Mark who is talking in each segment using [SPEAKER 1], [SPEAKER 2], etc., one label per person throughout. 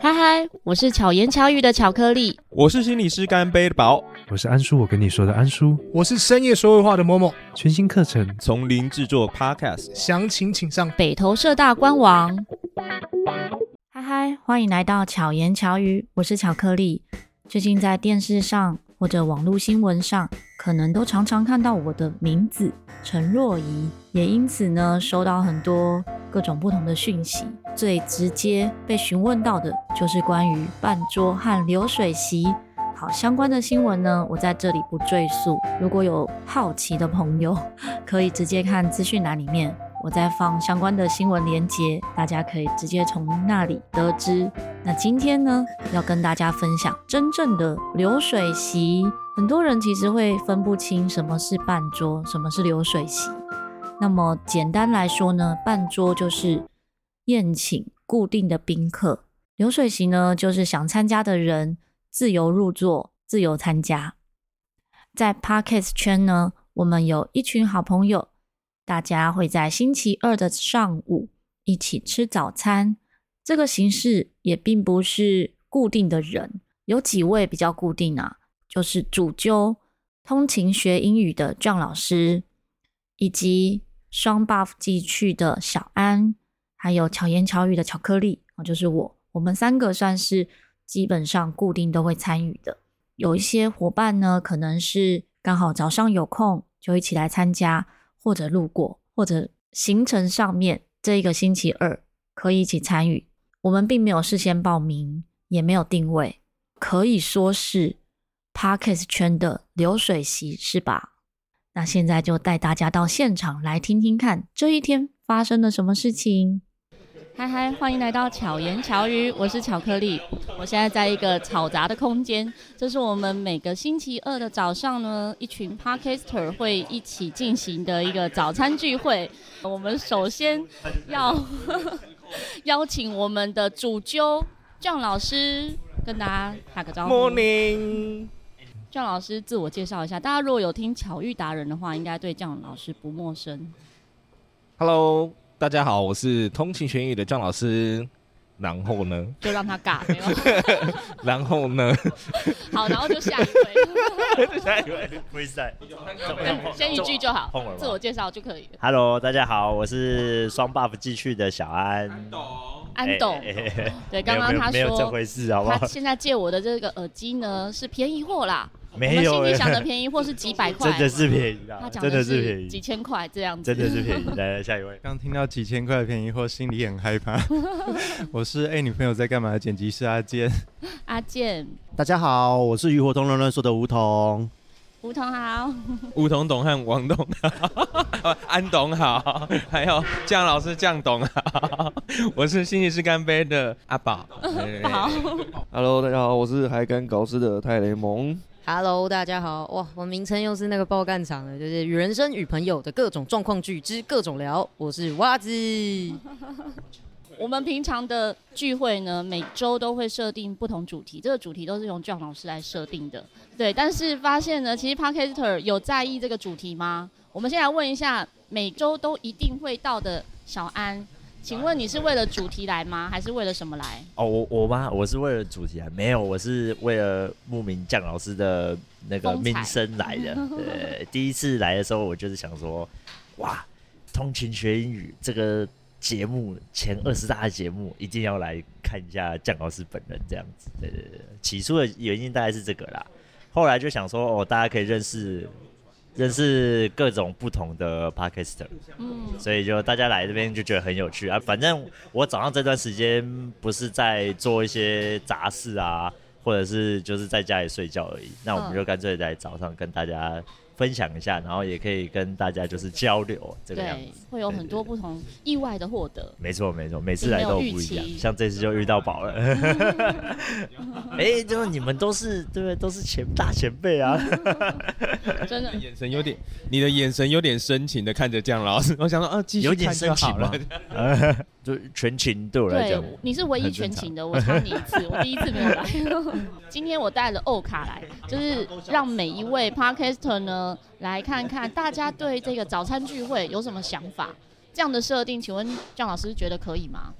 [SPEAKER 1] 嗨嗨，我是巧言巧语的巧克力，
[SPEAKER 2] 我是心理师干杯的宝，
[SPEAKER 3] 我是安叔，我跟你说的安叔。
[SPEAKER 4] 我是深夜说会话的某某，
[SPEAKER 3] 全新课程，
[SPEAKER 2] 从零制作 Podcast。
[SPEAKER 4] 详情请上。
[SPEAKER 1] 北投社大官网。嗨嗨，欢迎来到巧言巧语，我是巧克力。最近在电视上或者网络新闻上，可能都常常看到我的名字陈若仪，也因此呢，收到很多各种不同的讯息。最直接被询问到的就是关于半桌和流水席。好，相关的新闻呢，我在这里不赘述。如果有好奇的朋友，可以直接看资讯栏里面，我再放相关的新闻连接，大家可以直接从那里得知。那今天呢，要跟大家分享真正的流水席。很多人其实会分不清什么是半桌，什么是流水席。那么简单来说呢，半桌就是宴请固定的宾客，流水席呢就是想参加的人自由入座、自由参加。在 Parkes 圈呢，我们有一群好朋友，大家会在星期二的上午一起吃早餐。这个形式也并不是固定的人，有几位比较固定啊，就是主揪通勤学英语的 John 老师，以及双 buff 寄去的小安，还有巧言巧语的巧克力啊，就是我，我们三个算是基本上固定都会参与的。有一些伙伴呢，可能是刚好早上有空就一起来参加，或者路过，或者行程上面这一个星期二可以一起参与。我们并没有事先报名，也没有定位，可以说是 Parkes 圈的流水席是吧？那现在就带大家到现场来听听看这一天发生了什么事情。嗨嗨，欢迎来到巧言巧语，我是巧克力。我现在在一个嘈杂的空间，这是我们每个星期二的早上呢，一群 podcaster 会一起进行的一个早餐聚会。我们首先要 邀请我们的主揪酱老师跟大家打个招呼。
[SPEAKER 2] Morning，
[SPEAKER 1] 酱老师自我介绍一下，大家如果有听巧遇达人的话，应该对酱老师不陌生。
[SPEAKER 5] Hello，大家好，我是通勤学英语的张老师。然后呢？
[SPEAKER 1] 就让他尬，没有
[SPEAKER 5] 然后呢？
[SPEAKER 1] 好，然后就下一位，
[SPEAKER 6] 下一位 freestyle，怎么样
[SPEAKER 1] 对嗯先一句就好
[SPEAKER 6] 碰了，吗
[SPEAKER 1] 自我介绍就可以了。
[SPEAKER 6] ？Hello，大家好，我是双 buff 继续的小安。
[SPEAKER 1] 安 董，
[SPEAKER 6] 哎哎哎
[SPEAKER 1] 对，刚刚他
[SPEAKER 6] 没有没有没有这
[SPEAKER 1] 说。
[SPEAKER 6] 回事，好不
[SPEAKER 1] 他
[SPEAKER 6] 好？
[SPEAKER 1] 现在借我的这个耳机呢，是便宜货啦。我
[SPEAKER 6] 没
[SPEAKER 1] 们
[SPEAKER 6] 有
[SPEAKER 1] 心里
[SPEAKER 6] 哎，
[SPEAKER 1] 想 的便宜货是几百块，
[SPEAKER 6] 真的是便宜
[SPEAKER 1] 他
[SPEAKER 6] 啊，
[SPEAKER 1] 讲
[SPEAKER 6] 真的是便
[SPEAKER 1] 是
[SPEAKER 6] 宜
[SPEAKER 1] 几，千块这样子。
[SPEAKER 6] 真的是便宜。来来，下一位，
[SPEAKER 7] 刚听到几千块的便宜货，心里很害怕。 我是哎、女朋友在干嘛的剪辑师阿健，
[SPEAKER 1] 阿健，
[SPEAKER 8] 大家好，我是鱼活通乱乱说的梧桐。
[SPEAKER 1] 吴桐好，
[SPEAKER 2] 吴彤董和王董，啊安董好，还有酱老师酱董好， 我是心理师干杯的阿宝。
[SPEAKER 6] 哎
[SPEAKER 1] 好，
[SPEAKER 9] Hello，大家好，我是海敢搞事的泰雷蒙。
[SPEAKER 10] Hello，大家好！哇，我名称又是那个爆干场了，就是与人生、与朋友的各种状况剧之各种聊。我是蛙 子，
[SPEAKER 1] 我们平常的聚会呢，每周都会设定不同主题，这个主题都是由 John 老师来设定的。对，但是发现呢，其实 Podcaster 有在意这个主题吗？我们先来问一下，每周都一定会到的小安，请问你是为了主题来吗？还是为了什么来？
[SPEAKER 6] 哦，我我吗？我是为了主题啊，没有，我是为了慕名酱老师的那个
[SPEAKER 1] 风采
[SPEAKER 6] 名声来 的。对，第一次来的时候，我就是想说，哇，通勤学英语这个节目前二十大的节目，一定要来看一下酱老师本人这样子。对对对，起初的原因大概是这个啦，后来就想说，哦，大家可以认识。认识各种不同的 podcaster，
[SPEAKER 1] 嗯，
[SPEAKER 6] 所以就大家来这边就觉得很有趣啊。反正我早上这段时间不是在做一些杂事啊，或者是就是在家里睡觉而已。那我们
[SPEAKER 1] 嗯
[SPEAKER 6] 就干脆在早上跟大家分享一下，然后也可以跟大家就是交流这个样
[SPEAKER 1] 对
[SPEAKER 6] 子。，
[SPEAKER 1] 会有很多不同意外的获得。
[SPEAKER 6] 没错没错，每次来都有不一
[SPEAKER 1] 并没有
[SPEAKER 6] 样
[SPEAKER 1] 预期，
[SPEAKER 6] 像这次就遇到宝 了。哎、就是你们都是对不对？都是前大前辈啊。
[SPEAKER 1] 真的，
[SPEAKER 2] 哎眼神有点，你的眼神有点深情的看着酱老师，我想说，啊，继续
[SPEAKER 6] 有点
[SPEAKER 2] 看就
[SPEAKER 6] 深情
[SPEAKER 2] 好了
[SPEAKER 6] 吗。 就全勤对我来
[SPEAKER 1] 对
[SPEAKER 6] 讲，，
[SPEAKER 1] 你是唯一
[SPEAKER 6] 很正
[SPEAKER 1] 全
[SPEAKER 6] 常
[SPEAKER 1] 勤的，我唱你一次，我第一次没有 来。 今天我带了欧卡来，就是让每一位 podcaster 呢来看看大家对这个早餐聚会有什么想法。这样的设定，请问张老师觉得可以吗？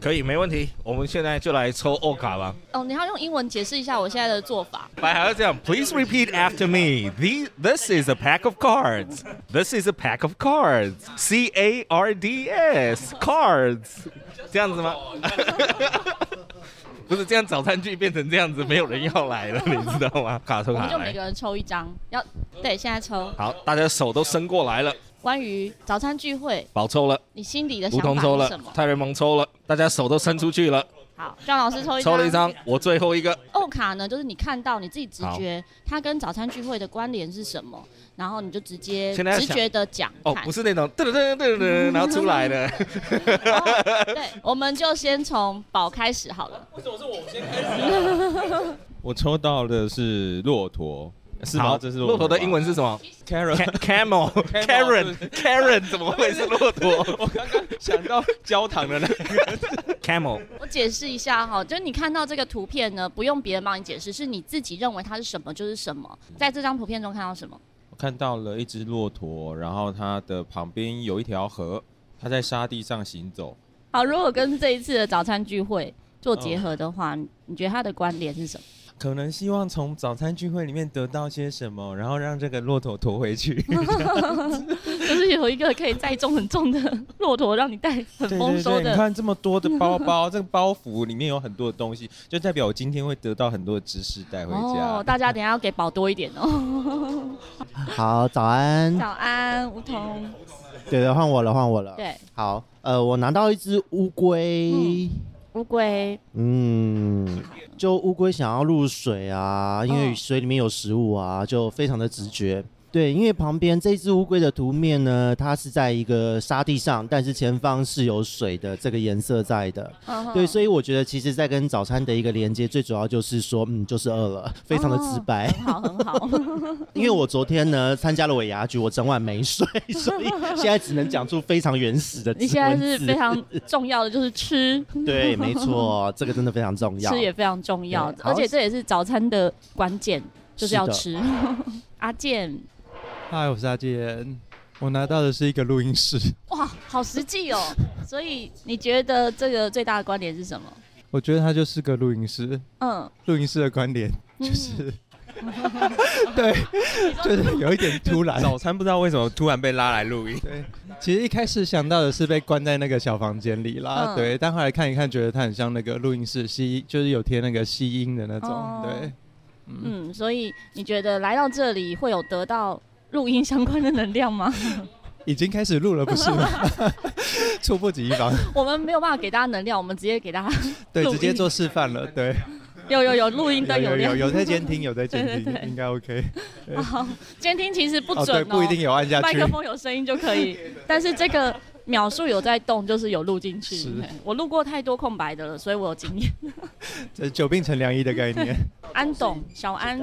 [SPEAKER 5] 可以，没问题。我们现在就来抽欧卡吧。
[SPEAKER 11] 哦，你要用英文解释一下我现在的做法。
[SPEAKER 5] 来，还要这样。Please repeat after me. The this is a pack of cards. This is a pack of cards. C A R D S cards. 这样子吗？ 不是这样，早餐剧变成这样子，没有人要来了，你知道吗？卡抽
[SPEAKER 11] 我们
[SPEAKER 5] 卡
[SPEAKER 11] 就每
[SPEAKER 5] 来
[SPEAKER 11] 个。人抽一张，要对，现在抽
[SPEAKER 5] 好，大家手都伸过来了，
[SPEAKER 11] 关于早餐聚会，
[SPEAKER 5] 宝抽了，
[SPEAKER 11] 你心里的
[SPEAKER 5] 梧
[SPEAKER 11] 想
[SPEAKER 5] 桐
[SPEAKER 11] 法
[SPEAKER 5] 抽
[SPEAKER 11] 是
[SPEAKER 5] 了
[SPEAKER 11] 什么，？
[SPEAKER 5] 泰瑞蒙抽了，大家手都伸出去了，
[SPEAKER 11] 好，张老师抽一
[SPEAKER 5] 抽了一张，我最后一个。
[SPEAKER 11] 欧卡呢，就是你看到你自己直觉，它跟早餐聚会的关联是什么，然后你就直接
[SPEAKER 5] 现在要
[SPEAKER 11] 直
[SPEAKER 5] 想
[SPEAKER 11] 觉的讲。
[SPEAKER 5] 哦，
[SPEAKER 11] 看
[SPEAKER 5] 不是那种噔噔噔噔噔，然后出来 的。
[SPEAKER 11] 哦对，我们就先从宝开始好了。为什么是我先开始？
[SPEAKER 2] 我抽到的是骆驼，是
[SPEAKER 5] 好
[SPEAKER 2] 吗？这是
[SPEAKER 5] 骆驼的英文是什 么
[SPEAKER 2] ？Karen
[SPEAKER 5] Camel Karen Karen 怎么会是骆驼？
[SPEAKER 2] 我刚刚想到焦糖的那个
[SPEAKER 5] Camel
[SPEAKER 11] 我解释一下哈，就是你看到这个图片呢，不用别人帮你解释，是你自己认为它是什么就是什么。在这张图片中看到什么？
[SPEAKER 2] 我看到了一只骆驼，然后它的旁边有一条河，它在沙地上行走。
[SPEAKER 11] 好，如果跟这一次的早餐聚会做结合的话，
[SPEAKER 5] 哦
[SPEAKER 11] 你觉得它的关联是什么？
[SPEAKER 2] 可能希望从早餐聚会里面得到些什么，然后让这个骆驼驮回 去。
[SPEAKER 11] 就是有一个可以载重很重的骆驼，让你带很
[SPEAKER 2] 对
[SPEAKER 11] 丰
[SPEAKER 2] 对
[SPEAKER 11] 收
[SPEAKER 2] 对，你
[SPEAKER 11] 的。
[SPEAKER 2] 看这么多的包包，这个包袱里面有很多的东西，就代表我今天会得到很多的知识带回
[SPEAKER 11] 哦
[SPEAKER 2] 家。，
[SPEAKER 11] 大家等一下要给宝多一点 哦。
[SPEAKER 8] 好，早安。
[SPEAKER 11] 早安，梧桐。
[SPEAKER 8] 对的，换我了，换我了。
[SPEAKER 11] 对，
[SPEAKER 8] 好，呃，我拿到一只乌龟，
[SPEAKER 11] 乌龟，
[SPEAKER 8] 嗯，就乌龟想要入水啊，因为水里面有食物啊，就非常的直觉。对，因为旁边这只乌龟的图面呢，它是在一个沙地上，但是前方是有水的这个颜色在的。
[SPEAKER 11] 嗯哼
[SPEAKER 8] 对，所以我觉得其实在跟早餐的一个连接，最主要就是说，嗯，就是饿 了，非常的直白。
[SPEAKER 11] 好，很好。
[SPEAKER 8] 因为我昨天呢参加了尾牙局，我整晚没睡，所以现在只能讲出非常原始的。。
[SPEAKER 11] 你现在是非常。重要的，就是吃
[SPEAKER 8] 对，没。错，这个真的非常重要。
[SPEAKER 11] 吃也非常重要
[SPEAKER 8] 对，好
[SPEAKER 11] 而且这也是早餐的关键，就是要
[SPEAKER 7] 是
[SPEAKER 11] 吃。 阿健，
[SPEAKER 7] 嗨，我是阿健，我拿到的是一个录音室，
[SPEAKER 11] 哇，好 实际哦！所以你觉得这个最大的观点是什么？
[SPEAKER 7] 我觉得它就是个录音室，
[SPEAKER 11] 嗯，
[SPEAKER 7] 录音室的关联就是，对，就是有一点突 然。
[SPEAKER 2] 早餐不知道为什么突然被拉来录音。
[SPEAKER 7] 对，其实一开始想到的是被关在那个小房间里啦，
[SPEAKER 11] 嗯
[SPEAKER 7] 对，但后来看一看，觉得它很像那个录音室吸，就是有贴那个吸音的那种，
[SPEAKER 11] 哦
[SPEAKER 7] 对。
[SPEAKER 11] 嗯，所以你觉得来到这里会有得到录音相关的能 量吗？
[SPEAKER 7] 已经开始录了，不是吗？猝不及防，
[SPEAKER 11] 我们没有办法给大家能量，我们直接给大家
[SPEAKER 7] 对，
[SPEAKER 11] 录
[SPEAKER 7] 直接
[SPEAKER 11] 音
[SPEAKER 7] 做示范了，对。
[SPEAKER 11] 有有有录音
[SPEAKER 7] 有
[SPEAKER 11] 的
[SPEAKER 7] 有
[SPEAKER 11] 量
[SPEAKER 7] 有有在监听，有在监
[SPEAKER 11] 对
[SPEAKER 7] 听，
[SPEAKER 11] 对对
[SPEAKER 7] 应该 OK。对
[SPEAKER 11] 好，监听其实不
[SPEAKER 7] 哦
[SPEAKER 11] 准
[SPEAKER 7] 对不一定有按下去
[SPEAKER 11] 麦克风有声音就可以，但是这个秒数有在动，就是有录进去。对我录过太多空白的了，所以我有经验。
[SPEAKER 7] 这久病成良医的概念。
[SPEAKER 11] 安董，小安，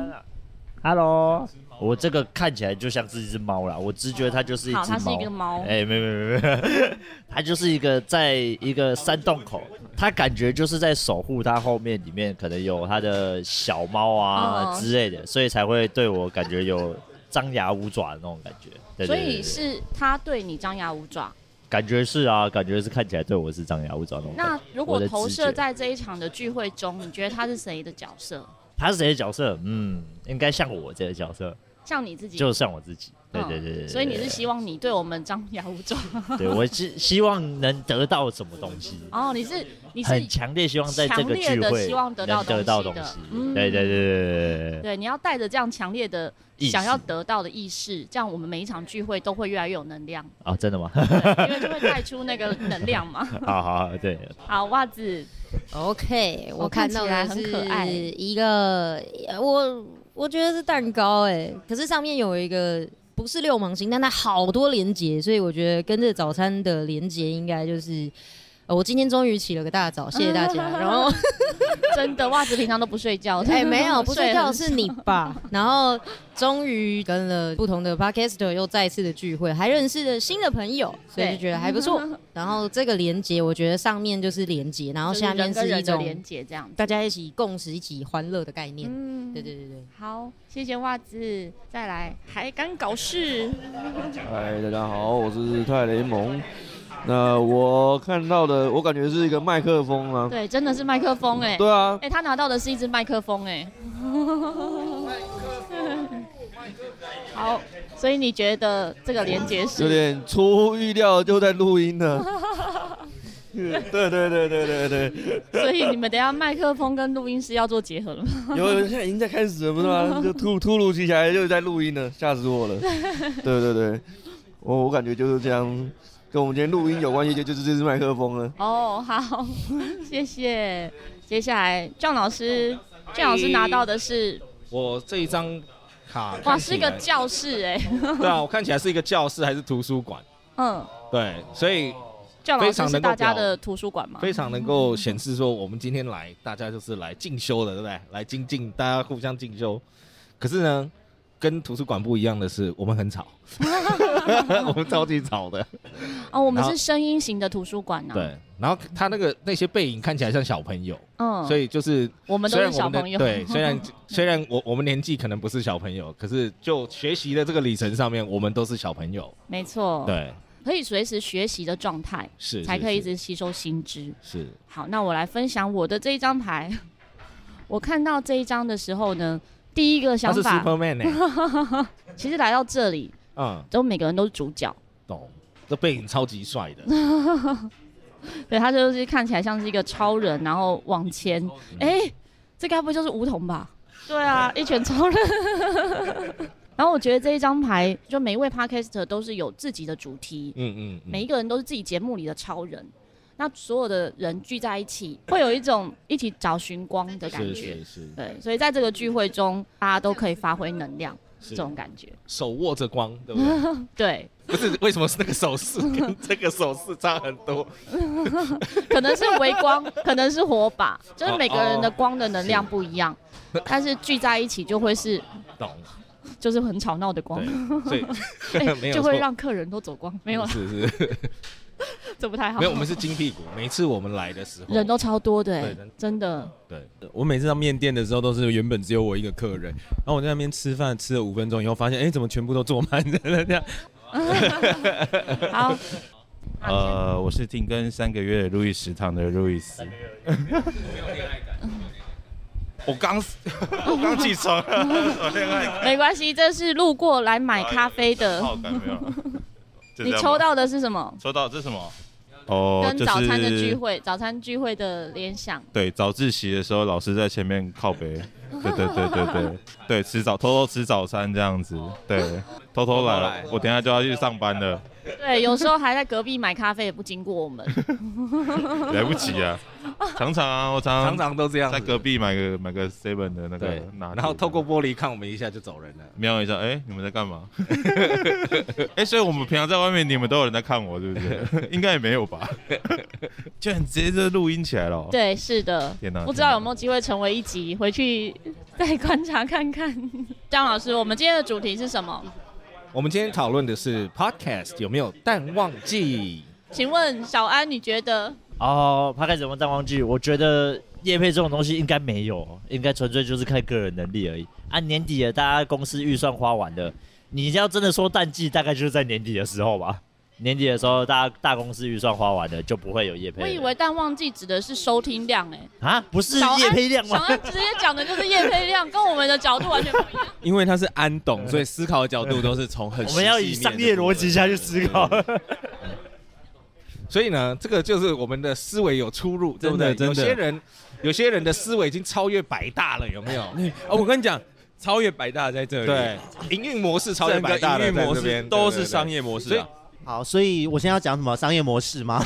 [SPEAKER 6] Hello，我这个看起来就像是一只猫啦，我直觉它就是一只猫。
[SPEAKER 11] 好它是一个猫
[SPEAKER 6] 哎、没有没有没有没有，它就是一个在一个山洞口，它感觉就是在守护它后面里面可能有它的小猫啊、
[SPEAKER 11] 哦
[SPEAKER 6] 之类的，所以才会对我感觉有张牙舞爪的那种感觉。对
[SPEAKER 11] 所
[SPEAKER 6] 对对对
[SPEAKER 11] 以是他对你张牙舞爪。
[SPEAKER 6] 感觉是啊，感觉是看起来对我是张牙舞爪那种感觉。
[SPEAKER 11] 那如
[SPEAKER 6] 我
[SPEAKER 11] 果
[SPEAKER 6] 的
[SPEAKER 11] 投
[SPEAKER 6] 直
[SPEAKER 11] 射
[SPEAKER 6] 觉
[SPEAKER 11] 在这一场的聚会中，你觉得他是谁的角色？
[SPEAKER 6] 他是谁的角色？嗯，应该像我这个角色，
[SPEAKER 11] 像你自己，
[SPEAKER 6] 就像我自己。对
[SPEAKER 11] 嗯
[SPEAKER 6] 对对对对。
[SPEAKER 11] 所以你是
[SPEAKER 6] 对
[SPEAKER 11] 希望你对我们张牙舞爪？
[SPEAKER 6] 对我希希望能得到什么东西，
[SPEAKER 11] 哦，你是你是
[SPEAKER 6] 呃很强烈希望在这个
[SPEAKER 11] 强烈
[SPEAKER 6] 聚
[SPEAKER 11] 地
[SPEAKER 6] 会
[SPEAKER 11] 希望得到
[SPEAKER 6] 能得到
[SPEAKER 11] 东西
[SPEAKER 6] 东
[SPEAKER 11] 的
[SPEAKER 6] 西
[SPEAKER 11] 嗯。
[SPEAKER 6] 对对对对对对对。
[SPEAKER 11] 对，你要带着这样强烈的
[SPEAKER 6] 意识
[SPEAKER 11] 想要得到的意识，这样我们每一场聚会都会越来越有能量，
[SPEAKER 6] 啊，真的吗？
[SPEAKER 11] 因为就会带出那个能量嘛。
[SPEAKER 6] 好好好，对，
[SPEAKER 11] 好，袜子，
[SPEAKER 10] OK，我
[SPEAKER 11] 哦
[SPEAKER 10] 看
[SPEAKER 11] 看起
[SPEAKER 10] 到
[SPEAKER 11] 来
[SPEAKER 10] 的
[SPEAKER 11] 很
[SPEAKER 10] 是
[SPEAKER 11] 可爱
[SPEAKER 10] 一个，呃我我觉得是蛋糕哎、可是上面有一个不是六芒星，但它好多连接，所以我觉得跟这早餐的连接应该就是。呃我今天终于起了个大早，谢谢大 家。然后，
[SPEAKER 11] 真的袜子平常都不睡觉，
[SPEAKER 10] 哎，没有，不睡觉
[SPEAKER 11] 很
[SPEAKER 10] 是
[SPEAKER 11] 少
[SPEAKER 10] 你吧？然后，终于跟了不同的 podcaster 又再次的聚会，还认识了新的朋友，所以
[SPEAKER 11] 对
[SPEAKER 10] 就觉得还不错。然后这个连接，我觉得上面就是连接，然后
[SPEAKER 11] 就是
[SPEAKER 10] 下面
[SPEAKER 11] 人跟
[SPEAKER 10] 是一
[SPEAKER 11] 人的
[SPEAKER 10] 种
[SPEAKER 11] 连接，这样。
[SPEAKER 10] 大家一起共识、一起欢乐的概念。
[SPEAKER 11] 嗯，
[SPEAKER 10] 对对对对，
[SPEAKER 11] 好，谢谢袜子，再来，还敢搞事？
[SPEAKER 9] 嗨，大家好，我是泰雷蒙。那我看到的，我感觉是一个麦克风啊。
[SPEAKER 11] 对，真的是麦克风哎、
[SPEAKER 9] 对啊
[SPEAKER 11] 哎、他拿到的是一支麦克风哎、 好，所以你觉得这个连接
[SPEAKER 9] 有
[SPEAKER 11] 是？
[SPEAKER 9] 点出乎意料，就在录音了。 对对对对对对，
[SPEAKER 11] 所以你们等一下麦克风跟录音师要做结合了 吗？
[SPEAKER 9] 有有现在已经在开始了，不
[SPEAKER 5] 嗯
[SPEAKER 9] 是吗？就突突如其来就在录音了，吓死我了。 对对对，我我感觉就是这样，跟我们今天录音有关系，就就是这支麦克风了。
[SPEAKER 11] 哦，好， 谢谢。接下来，John 老师，John 老师拿到的是，
[SPEAKER 5] 我这一张卡，
[SPEAKER 11] 哇，
[SPEAKER 5] 看起
[SPEAKER 11] 是
[SPEAKER 5] 来
[SPEAKER 11] 个教室哎、
[SPEAKER 5] 对啊，我看起来是一个教室还是图书馆？
[SPEAKER 11] 嗯
[SPEAKER 5] 对，所以
[SPEAKER 11] ，John 老
[SPEAKER 5] 非
[SPEAKER 11] 师
[SPEAKER 5] 常
[SPEAKER 11] 是
[SPEAKER 5] 能够
[SPEAKER 11] 大家
[SPEAKER 5] 表
[SPEAKER 11] 的图书馆吗？
[SPEAKER 5] 非常能够显示说，我们今天来，大家就是来进修的，对不对？来精进，大家互相进修。可是呢，跟图书馆不一样的是，我们很吵，我们超级吵的。
[SPEAKER 11] 哦，我们
[SPEAKER 5] 然后
[SPEAKER 11] 是声音型的图书馆啊呐、
[SPEAKER 5] 对，然后他那个那些背影看起来像小朋友，
[SPEAKER 11] 嗯
[SPEAKER 5] 所以就是
[SPEAKER 11] 我们都
[SPEAKER 5] 虽然
[SPEAKER 11] 是小
[SPEAKER 5] 我的
[SPEAKER 11] 朋友
[SPEAKER 5] 对， 虽然虽然我我们年纪可能不是小朋友，可是就学习的这个里程上面，我们都是小朋友。
[SPEAKER 11] 没
[SPEAKER 2] 哦
[SPEAKER 11] 错，，
[SPEAKER 5] 对，
[SPEAKER 11] 可以随时学习的状态，
[SPEAKER 5] 是
[SPEAKER 11] 才
[SPEAKER 5] 是
[SPEAKER 11] 可以一
[SPEAKER 5] 是
[SPEAKER 11] 直吸收新知。
[SPEAKER 5] 是
[SPEAKER 11] 好，那我来分享我的这一张牌。 我看到这一张的时候呢，第一个想
[SPEAKER 5] 他
[SPEAKER 11] 法
[SPEAKER 5] 是 Superman
[SPEAKER 11] 其实来到这里，
[SPEAKER 5] 嗯，
[SPEAKER 11] 都每个人都是主角。
[SPEAKER 5] 懂。这背影超级帅的，
[SPEAKER 11] 对他就是看起来像是一个超人，然后往前，哎、这该不会就是梧桐吧？对啊，一拳超人。 然后我觉得这一张牌，就每一位 podcaster 都是有自己的主题，
[SPEAKER 5] 嗯嗯嗯，
[SPEAKER 11] 每一个人都是自己节目里的超人。那所有的人聚在一起，会有一种一起找寻光的感
[SPEAKER 5] 是
[SPEAKER 11] 觉。
[SPEAKER 5] 是是，
[SPEAKER 11] 对，所以在这个聚会中，大家都可以发挥能量，
[SPEAKER 5] 是
[SPEAKER 11] 这种感觉。
[SPEAKER 5] 手握着光，对不对？
[SPEAKER 11] 对，
[SPEAKER 5] 不是，为什么是那个手势跟这个手势差很多？
[SPEAKER 11] 可能是微 光，可能是火把，就是每个人的
[SPEAKER 5] 哦哦
[SPEAKER 11] 光的能量不一样，但是聚在一起就会是
[SPEAKER 5] 懂，
[SPEAKER 11] 就是很吵闹的光，
[SPEAKER 5] 所以
[SPEAKER 11] 哎
[SPEAKER 5] 没有
[SPEAKER 11] 就
[SPEAKER 5] 错
[SPEAKER 11] 会让客人都走光，没有啦，
[SPEAKER 5] 是是，
[SPEAKER 11] 这不太好。
[SPEAKER 5] 没有，我们是金屁股。每次我们来的时候，
[SPEAKER 11] 人都超多的、哎
[SPEAKER 5] 对人
[SPEAKER 11] 真的。
[SPEAKER 5] 对，
[SPEAKER 2] 哦我每次到面店的时候，都是原本只有我一个客人，然后我在那边吃饭，吃了五分钟以后，发现哎、诶怎么全部都坐满了？这样。
[SPEAKER 11] 好，
[SPEAKER 12] 呃，我是停更三个月的路易食堂的路易斯。我刚我刚起床了，我恋爱 感
[SPEAKER 11] 没关系，这是路过来买
[SPEAKER 12] 啊
[SPEAKER 11] 咖啡的。
[SPEAKER 12] 好感没 有了。就这
[SPEAKER 11] 你
[SPEAKER 12] 样吧
[SPEAKER 11] 抽到的是什么？
[SPEAKER 12] 抽到这是什么？哦，
[SPEAKER 11] 跟早餐的聚
[SPEAKER 12] 就是
[SPEAKER 11] 会、早餐聚会的联 想。
[SPEAKER 12] 对，早自习的时候老师在前面靠背，对对对对对对，吃早偷偷吃早餐这样子，对，偷偷来，我等一下就要去上班了，
[SPEAKER 11] 对，有时候还在隔壁买咖啡，也不经过我们。
[SPEAKER 12] 哦来不及啊，常常啊，我常
[SPEAKER 5] 常常都这样
[SPEAKER 12] 在隔壁买个买个 seven 的那个
[SPEAKER 5] 对
[SPEAKER 12] 拿铁，
[SPEAKER 5] 然后透过玻璃看我们一下就走人了。
[SPEAKER 12] 瞄一下，哎，你们在干嘛？哎，所以我们平常在外面，你们都有人在看我，对不对？ 应该也没有吧？居然直接就录音起来了哦，
[SPEAKER 11] 对，是的
[SPEAKER 12] 天哪，
[SPEAKER 11] 不知道有没有机会成为一集，回去再观察看看。 张老师，我们今天的主题是什么？
[SPEAKER 5] 我们今天讨论的是 podcast 有没有淡旺季？
[SPEAKER 11] 请问小安，你觉得？
[SPEAKER 6] 哦，他开始有没有淡旺季？我觉得业配这种东西应该没有，应该纯粹就是看个人能力而已。按、年底了，大家公司预算花完了，你要真的说淡季，大概就是在年底的时候吧。年底的时候，大家大公司预算花完了，就不会有业配
[SPEAKER 11] 我
[SPEAKER 6] 了。
[SPEAKER 11] 以为淡旺季指的是收听量、欸，
[SPEAKER 6] 啊，不是
[SPEAKER 11] 小安
[SPEAKER 6] 业配量
[SPEAKER 11] 小
[SPEAKER 6] 吗？
[SPEAKER 11] 安直接讲的就是业配量，跟我们的角度完全不一样。
[SPEAKER 2] 因为他是安董，所以思考的角度都是从很
[SPEAKER 6] 我们要以商业逻辑下去思考。
[SPEAKER 5] 所以呢，这个就是我们的思维有出入，对不
[SPEAKER 2] 真的
[SPEAKER 5] 对？
[SPEAKER 2] 真
[SPEAKER 5] 有
[SPEAKER 2] 的
[SPEAKER 5] 些人，有些人的思维已经超越百大了，有没有？
[SPEAKER 2] 哦，我跟你讲，超越百大在这里，
[SPEAKER 5] 对，营运模式超越百大的
[SPEAKER 2] 整个营运模
[SPEAKER 5] 在这
[SPEAKER 2] 式
[SPEAKER 5] 边
[SPEAKER 2] 都
[SPEAKER 5] 对
[SPEAKER 2] 是
[SPEAKER 5] 对对
[SPEAKER 2] 商业模式、啊。
[SPEAKER 5] 所以
[SPEAKER 8] 好，所以我现在要讲什么商业模式 吗？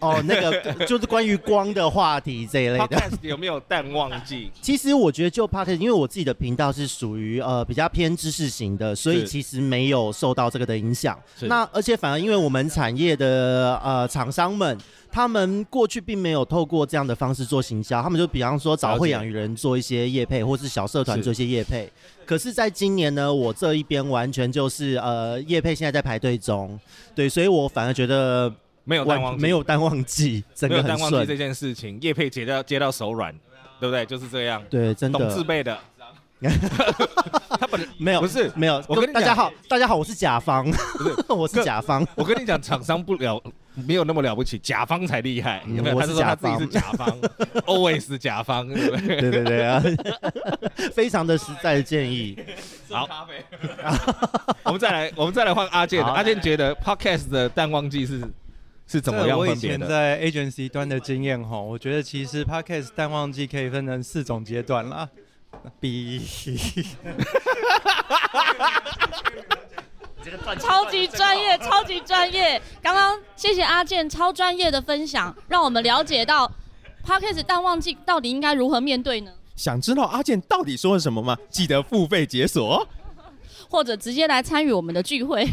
[SPEAKER 8] 哦，那个就是关于光的话题这一类的。
[SPEAKER 5] podcast 有没有淡旺季？
[SPEAKER 8] 其实我觉得就 p o c a s t 因为我自己的频道是属于呃比较偏知识型的，所以
[SPEAKER 5] 是
[SPEAKER 8] 其实没有受到这个的影响。
[SPEAKER 5] 是
[SPEAKER 8] 那而且反而因为我们产业的呃厂商们，他们过去并没有透过这样的方式做行销，他们就比方说找
[SPEAKER 5] 了解
[SPEAKER 8] 会养鱼人做一些业配，或是小社团
[SPEAKER 5] 是
[SPEAKER 8] 做一些业配。可是，在今年呢，我这一边完全就是呃业配现在在排队中，对，所以我反而觉得
[SPEAKER 5] 没有淡旺季
[SPEAKER 8] 没有淡旺季，整
[SPEAKER 5] 没
[SPEAKER 8] 个
[SPEAKER 5] 有
[SPEAKER 8] 很
[SPEAKER 5] 淡旺季
[SPEAKER 8] 顺
[SPEAKER 5] 这。件事情，叶佩接到接到手软，对不对？就是这样。
[SPEAKER 8] 对真的
[SPEAKER 5] 懂自备的，他本来
[SPEAKER 8] 没有，
[SPEAKER 5] 不是
[SPEAKER 8] 没有。
[SPEAKER 5] 我跟你
[SPEAKER 8] 大家
[SPEAKER 5] 讲
[SPEAKER 8] 好，大家好，我是甲方， 我是甲方。
[SPEAKER 5] 我跟你讲，厂商不了，没有那么了不起，甲方才厉害。有没有？
[SPEAKER 8] 嗯我
[SPEAKER 5] 他
[SPEAKER 8] 是
[SPEAKER 5] 是说他自己
[SPEAKER 8] 甲
[SPEAKER 5] 是甲 方，always 甲方，对不对？
[SPEAKER 8] 对对对 啊，非常的实在的建议。
[SPEAKER 5] 好，我们再来，我们再来换阿健。
[SPEAKER 7] 好
[SPEAKER 5] 阿健觉得 podcast 的淡旺季是是怎么
[SPEAKER 7] 这
[SPEAKER 5] 样
[SPEAKER 7] 我以
[SPEAKER 5] 分别
[SPEAKER 7] 前
[SPEAKER 5] 的？
[SPEAKER 7] 在 agency 端的经验哈，我觉得其实 podcast 淡旺季可以分成四种阶段啦。比
[SPEAKER 11] 超级专业，超级专业。刚刚谢谢阿健超专业的分享，让我们了解到 podcast 淡旺季到底应该如何面对呢？
[SPEAKER 13] 想知道阿健到底说了什么吗？记得付费解锁。
[SPEAKER 11] 或者直接来参与我们的聚会。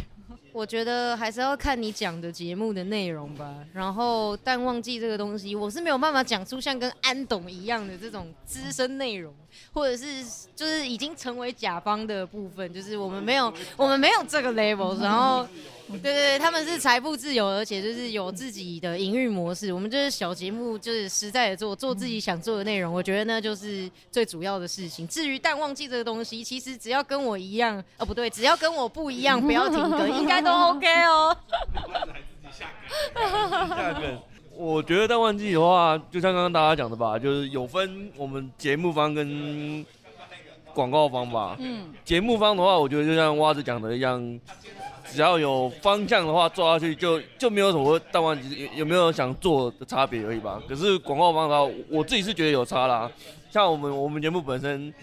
[SPEAKER 10] 我觉得还是要看你讲的节目的内容吧。然后淡旺季这个东西，我是没有办法讲出像跟安董一样的这种资深内容，或者是就是已经成为甲方的部分，就是我们没有我们没有这个 level。然后，对对对，他们是财富自由，而且就是有自己的营运模式。我们就是小节目，就是实在的做做自己想做的内容。我觉得那就是最主要的事情。至于淡旺季这个东西，其实只要跟我一样，哦不对，只要跟我不一样，不要停更，应该都 OK 哦。
[SPEAKER 9] 下一个，我觉得淡旺季的话，就像刚刚大家讲的吧，就是有分我们节目方跟广告方吧。
[SPEAKER 11] 嗯，
[SPEAKER 9] 节目方的话，我觉得就像蛙子讲的一样，只要有方向的话，做下去就就没有什么淡旺季有有没有想做的差别而已吧。可是广告方的话，我自己是觉得有差啦。像我们我们节目本身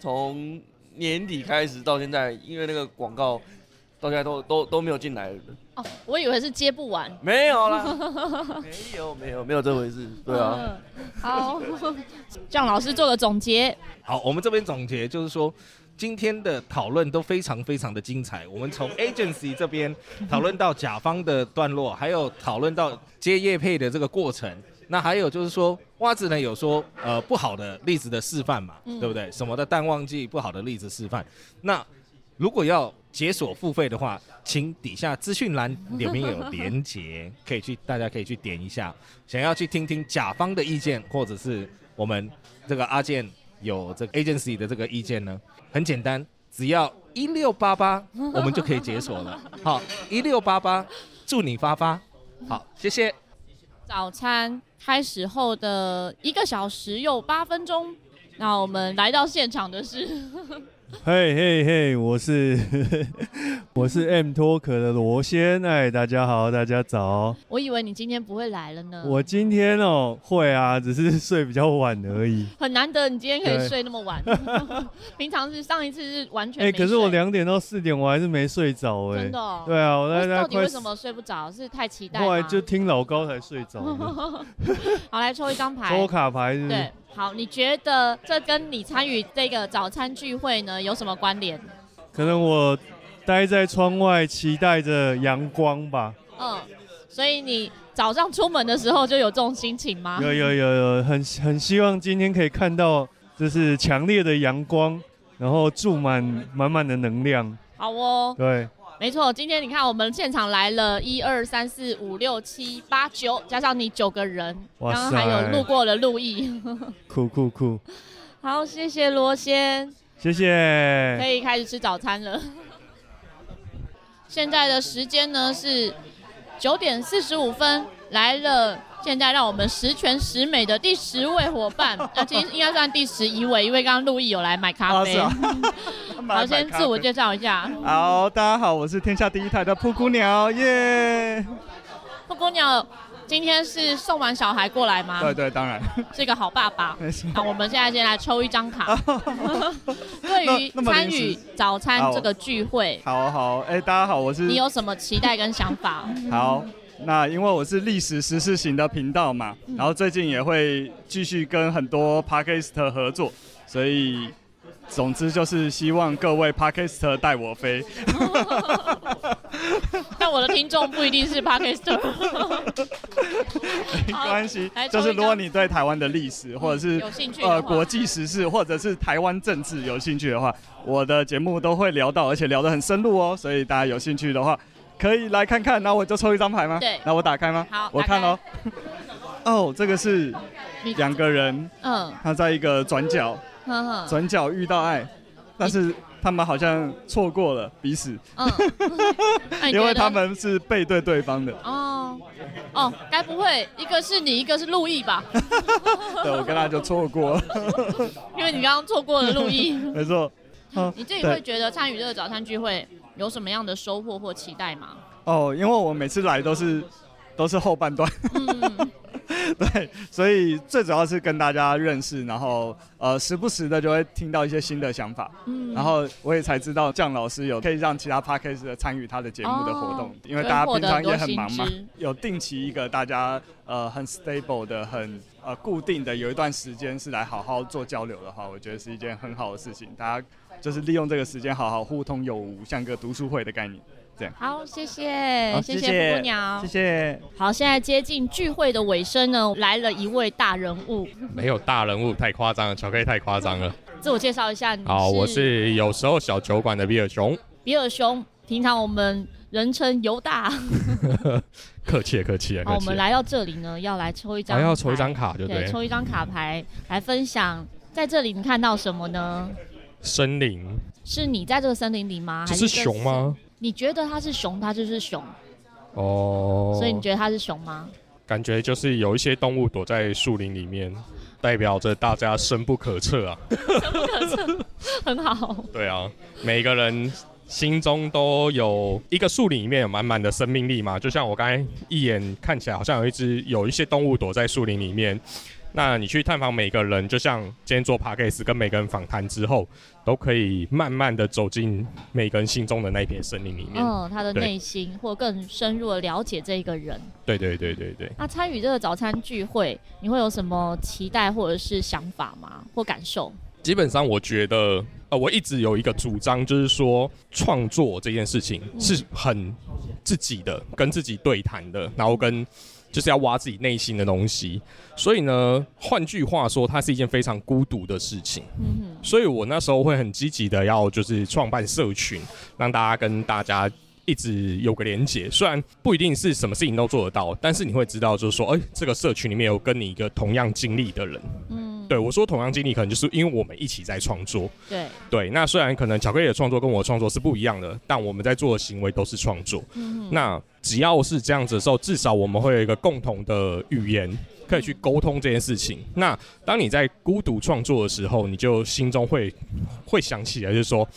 [SPEAKER 9] 从年底开始到现在，因为那个广告到现在都都都没有进来，
[SPEAKER 11] 哦，我以为是接不完。
[SPEAKER 9] 没有啦。
[SPEAKER 11] 啦，
[SPEAKER 9] 没有没有没有这回事，对啊。
[SPEAKER 11] 嗯好，让老师做个总结。
[SPEAKER 5] 好，我们这边总结就是说，今天的讨论都非常非常的精彩。我们从 agency 这边讨论到甲方的段落，还有讨论到接业配的这个过程。那还有就是说，蛙子呢有说呃不好的例子的示范嘛，
[SPEAKER 12] 嗯
[SPEAKER 5] 对不对？什么的淡旺季不好的例子示范。那如果要解锁付费的话，请底下资讯栏里面有连结，可以去大家可以去点一下。想要去听听甲方的意见，或者是我们这个阿健有这个 agency 的这个意见呢，很简单，只要一六八八，我们就可以解锁了。好，一六八八，祝你发发。好，谢谢。
[SPEAKER 11] 早餐开始后的一个小时又八分钟，那我们来到现场的是
[SPEAKER 14] 嘿嘿嘿，我是 我是 M 脱壳的罗先，哎，大家好，大家早。
[SPEAKER 11] 我以为你今天不会来了呢。
[SPEAKER 14] 我今天哦会啊，只是睡比较晚 而已。
[SPEAKER 11] 很难得你今天可以
[SPEAKER 14] 对
[SPEAKER 11] 睡那么 晚，平常是上一次是完全
[SPEAKER 14] 哎、
[SPEAKER 11] 没
[SPEAKER 14] 可是我两点到四点我还是没睡着哎、
[SPEAKER 11] 真的哦
[SPEAKER 14] 对啊，我大概
[SPEAKER 11] 到底
[SPEAKER 14] 快
[SPEAKER 11] 为什么睡不着？是太期待
[SPEAKER 14] 后来
[SPEAKER 11] 吗？
[SPEAKER 14] 就听老高才睡着的，
[SPEAKER 11] 好，来抽一张牌。
[SPEAKER 14] 抽嗯卡牌是不是
[SPEAKER 11] 对，好，你觉得这跟你参与这个早餐聚会呢有什么关联？
[SPEAKER 14] 可能我待在窗外期待着阳光吧。
[SPEAKER 11] 嗯，所以你早上出门的时候就有这种心情吗？
[SPEAKER 14] 有有有有，很很希望今天可以看到，就是强烈的阳光，然后注满满满的能量。
[SPEAKER 11] 好哦，
[SPEAKER 14] 对，
[SPEAKER 11] 没错，今天你看我们现场来了一二三四五六七八九，加上你九个人，刚
[SPEAKER 14] 哇
[SPEAKER 11] 刚
[SPEAKER 14] 塞
[SPEAKER 11] 还有路过了陆毅。
[SPEAKER 14] 酷酷酷，
[SPEAKER 11] 好，谢谢罗先，
[SPEAKER 14] 谢
[SPEAKER 15] 哎
[SPEAKER 14] 谢。
[SPEAKER 11] 可以开始吃早餐了。现在的时间呢是九点四十五分，来了。现在让我们十全十美的第十位伙 伴，啊，其实应该算第十一位，因为刚刚陆毅有来买咖啡。
[SPEAKER 15] 哦
[SPEAKER 11] 好，先自我介绍一下。
[SPEAKER 15] 好，大家好，我是天下第一台的布谷鸟，耶！
[SPEAKER 11] 布姑娘，今天是送完小孩过来吗？
[SPEAKER 15] 对对，当然。
[SPEAKER 11] 是个好爸爸
[SPEAKER 15] 没错。
[SPEAKER 11] 那我们现在先来抽一张 卡。对于
[SPEAKER 15] 那那么
[SPEAKER 11] 参
[SPEAKER 15] 临时
[SPEAKER 11] 与早餐这个聚会，
[SPEAKER 15] 好好，哎、大家好，我是
[SPEAKER 11] 你有什么期待跟想法？
[SPEAKER 15] 好。那啊因为我是历史时事型的频道嘛，
[SPEAKER 11] 嗯
[SPEAKER 15] 然后最近也会继续跟很多 podcast 合作，所以总之就是希望各位 podcast 带我飞。
[SPEAKER 11] 但我的听众不一定是 Podcaster。
[SPEAKER 15] 没关系
[SPEAKER 11] 来，抽
[SPEAKER 15] 就
[SPEAKER 11] 一张嗯
[SPEAKER 15] 是如果你对台湾的历史或者是、
[SPEAKER 11] 有兴 趣的话
[SPEAKER 15] 呃国际时事或者是台湾政治有兴趣的话，我的节目都会聊到，而且聊得很深入哦。所以大家有兴趣的话，可以来看看。那我就抽一张牌吗？
[SPEAKER 11] 对
[SPEAKER 15] 那我打开吗？
[SPEAKER 11] 好
[SPEAKER 15] 我看哦。 哦，这个是两个人，
[SPEAKER 11] 嗯
[SPEAKER 15] 他在一个转角，
[SPEAKER 11] 哼哼，
[SPEAKER 15] 转角遇到爱，但是他们好像错过了彼此，
[SPEAKER 11] 嗯那你觉
[SPEAKER 15] 因
[SPEAKER 11] 得
[SPEAKER 15] 为他们是背对对方的。
[SPEAKER 11] 哦哦，该不会一个是你，一个是陆毅吧？
[SPEAKER 15] 对，我跟他就错过了，
[SPEAKER 11] 因为你刚刚错过了陆毅。
[SPEAKER 15] 没错。嗯
[SPEAKER 11] 你自己会
[SPEAKER 15] 对
[SPEAKER 11] 觉得参与这个早餐聚会有什么样的收获或期待吗？
[SPEAKER 15] 哦，因为我每次来都是都是后半段，
[SPEAKER 11] 嗯
[SPEAKER 15] 对，所以最主要是跟大家认识，然后呃，时不时的就会听到一些新的想法，
[SPEAKER 11] 嗯
[SPEAKER 15] 然后我也才知道酱老师有可以让其他 p a c k a g e 的参与他的节目的活动，
[SPEAKER 11] 哦
[SPEAKER 15] 因为大家平常也很忙
[SPEAKER 11] 就会
[SPEAKER 15] 嘛
[SPEAKER 11] 获得很多新知，
[SPEAKER 15] 有定期一个大家呃很 stable 的、很呃固定的有一段时间是来好好做交流的话，我觉得是一件很好的事情，大家就是利用这个时间好好互通有无，像个读书会的概念这样。
[SPEAKER 11] 好，谢谢，
[SPEAKER 15] 好
[SPEAKER 11] 谢
[SPEAKER 15] 谢
[SPEAKER 11] 谢
[SPEAKER 15] 谢
[SPEAKER 11] 布姑娘，
[SPEAKER 15] 谢谢。
[SPEAKER 11] 好，现在接近聚会的尾声呢，来了一位大人物，
[SPEAKER 16] 没有大人物，太夸张了，巧克力太夸张了。
[SPEAKER 11] 自我介绍一下，你
[SPEAKER 16] 好，我是有时候小酒馆的比尔熊，
[SPEAKER 11] 比尔兄，平常我们人称尤大。
[SPEAKER 16] 客气了客气了， 客
[SPEAKER 11] 好，哦我
[SPEAKER 16] 气了
[SPEAKER 11] 们来到这里呢，要来抽一张
[SPEAKER 16] 哦
[SPEAKER 11] 牌，
[SPEAKER 16] 要抽一张卡对不对
[SPEAKER 11] 抽一张卡牌来分享，在这里你看到什么呢？
[SPEAKER 16] 森林，
[SPEAKER 11] 是你在这个森林里吗？
[SPEAKER 16] 这
[SPEAKER 11] 还
[SPEAKER 16] 是
[SPEAKER 11] 是
[SPEAKER 16] 熊？吗？
[SPEAKER 11] 你觉得它是熊，它就是熊，
[SPEAKER 16] 哦，
[SPEAKER 11] 所以你觉得它是熊吗？
[SPEAKER 16] 感觉就是有一些动物躲在树林里面，代表着大家深不可测 啊。
[SPEAKER 11] 很好，
[SPEAKER 16] 对啊，每个人心中都有一个树林里面有满满的生命力嘛。就像我刚才一眼看起来好像有一只有一些动物躲在树林里面，那你去探访每个人，就像今天做 p a c a s e 跟每个人访谈之后，都可以慢慢的走进每个人心中的那一片森林里面。
[SPEAKER 11] 嗯，它的
[SPEAKER 16] 对
[SPEAKER 11] 内心或更深入的了解这一个人。
[SPEAKER 16] 对对对对对。
[SPEAKER 11] 那参与这个早餐聚会，你会有什么期待或者是想法吗？或感受？
[SPEAKER 16] 基本上，我觉得，呃，我一直有一个主张，就是说，创作这件事情
[SPEAKER 11] 嗯
[SPEAKER 16] 是很自己的，跟自己对谈的，然后跟就是要挖自己内心的东西。所以呢，换句话说，它是一件非常孤独的事情。
[SPEAKER 11] 嗯
[SPEAKER 16] 所以我那时候会很积极的要就是创办社群，让大家跟大家一直有个连结。虽然不一定是什么事情都做得到，但是你会知道，就是说，哎、这个社群里面有跟你一个同样经历的人。
[SPEAKER 11] 嗯，
[SPEAKER 16] 对我说同样经历，可能就是因为我们一起在创作。
[SPEAKER 11] 对，
[SPEAKER 16] 对，那虽然可能巧克力的创作跟我的创作是不一样的，但我们在做的行为都是创作。
[SPEAKER 11] 嗯
[SPEAKER 16] 那只要是这样子的时候，至少我们会有一个共同的语言，可以
[SPEAKER 11] 嗯
[SPEAKER 16] 去沟通这件事情。那当你在孤独创作的时候，你就心中会会想起来，就是说，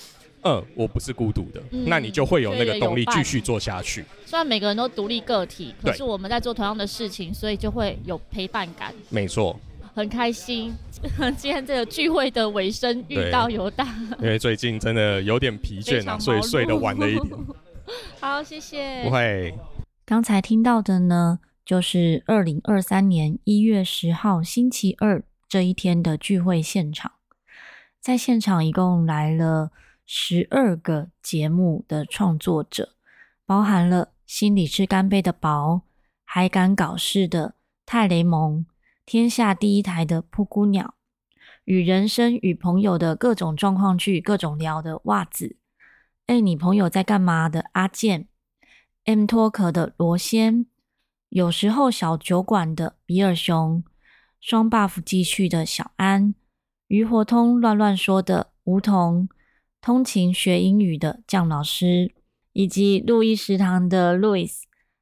[SPEAKER 16] 嗯，我不是孤独的，
[SPEAKER 11] 嗯
[SPEAKER 16] 那你就会有那个动力
[SPEAKER 11] 就有伴
[SPEAKER 16] 继续做下去。
[SPEAKER 11] 虽然每个人都独立个体，可
[SPEAKER 16] 对
[SPEAKER 11] 是我们在做同样的事情，所以就会有陪伴感，
[SPEAKER 16] 没错，
[SPEAKER 11] 很开心。 今天这个聚会的尾声遇
[SPEAKER 16] 对
[SPEAKER 11] 到犹大，
[SPEAKER 16] 因为最近真的有点疲倦啊，所以睡得晚了一点。
[SPEAKER 11] 好，谢谢。
[SPEAKER 16] 不会，
[SPEAKER 1] 刚才听到的呢，就是二零二三年一月十号星期二这一天的聚会现场，在现场一共来了十二个节目的创作者，包含了心理吃干杯的薄，还敢搞事的泰雷蒙，天下第一台的布谷鸟，与人生与朋友的各种状况去各种聊的袜子，哎，你朋友在干嘛的阿健。M Talk 的罗先，有时候小酒馆的比尔熊，双 buff 继续的小安，于活通乱乱说的梧桐，通勤学英语的酱老师，以及路易食堂的 Louis，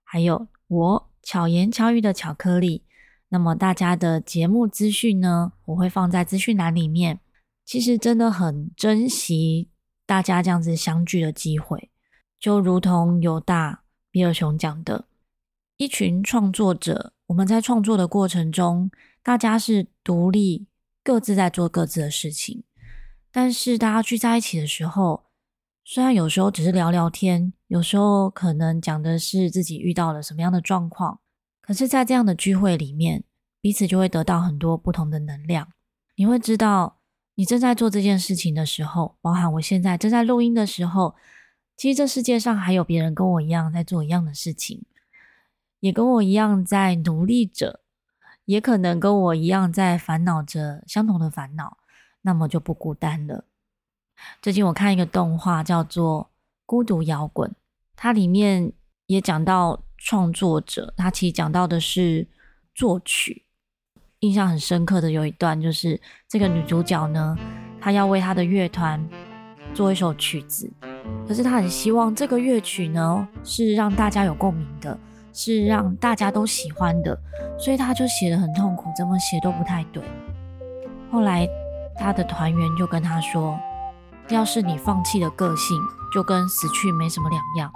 [SPEAKER 1] 还有我巧言巧语的巧克力。那么大家的节目资讯呢，我会放在资讯栏里面。其实真的很珍惜大家这样子相聚的机会。就如同犹大比尔熊讲的，一群创作者，我们在创作的过程中，大家是独立，各自在做各自的事情。但是大家聚在一起的时候，虽然有时候只是聊聊天，有时候可能讲的是自己遇到了什么样的状况，可是，在这样的聚会里面，彼此就会得到很多不同的能量。你会知道，你正在做这件事情的时候，包含我现在正在录音的时候，其实这世界上还有别人跟我一样在做一样的事情，也跟我一样在努力着，也可能跟我一样在烦恼着相同的烦恼，那么就不孤单了。最近我看一个动画叫做《孤独摇滚》，它里面也讲到创作者，它其实讲到的是作曲。印象很深刻的有一段，就是这个女主角呢，她要为她的乐团做一首曲子，可是他很希望这个乐曲呢是让大家有共鸣的，是让大家都喜欢的，所以他就写的很痛苦，怎么写都不太对。后来他的团员就跟他说，要是你放弃的个性就跟死去没什么两样，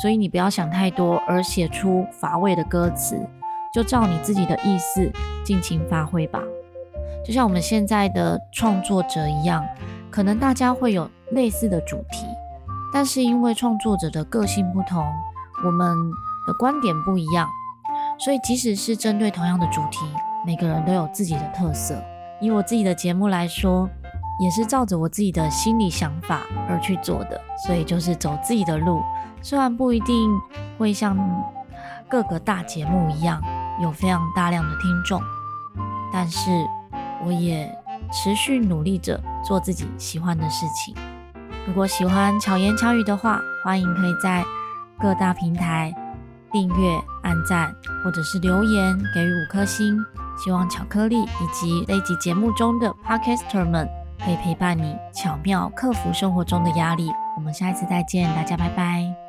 [SPEAKER 1] 所以你不要想太多，而写出乏味的歌词，就照你自己的意思尽情发挥吧。就像我们现在的创作者一样，可能大家会有类似的主题，但是因为创作者的个性不同，我们的观点不一样，所以即使是针对同样的主题，每个人都有自己的特色。以我自己的节目来说，也是照着我自己的心理想法而去做的，所以就是走自己的路，虽然不一定会像各个大节目一样有非常大量的听众，但是我也持续努力着做自己喜欢的事情。如果喜欢巧言巧语的话，欢迎可以在各大平台订阅、按赞，或者是留言给予五颗星。希望巧克力以及这一集节目中的 Podcaster 们可以陪伴你巧妙克服生活中的压力。我们下一次再见，大家拜拜。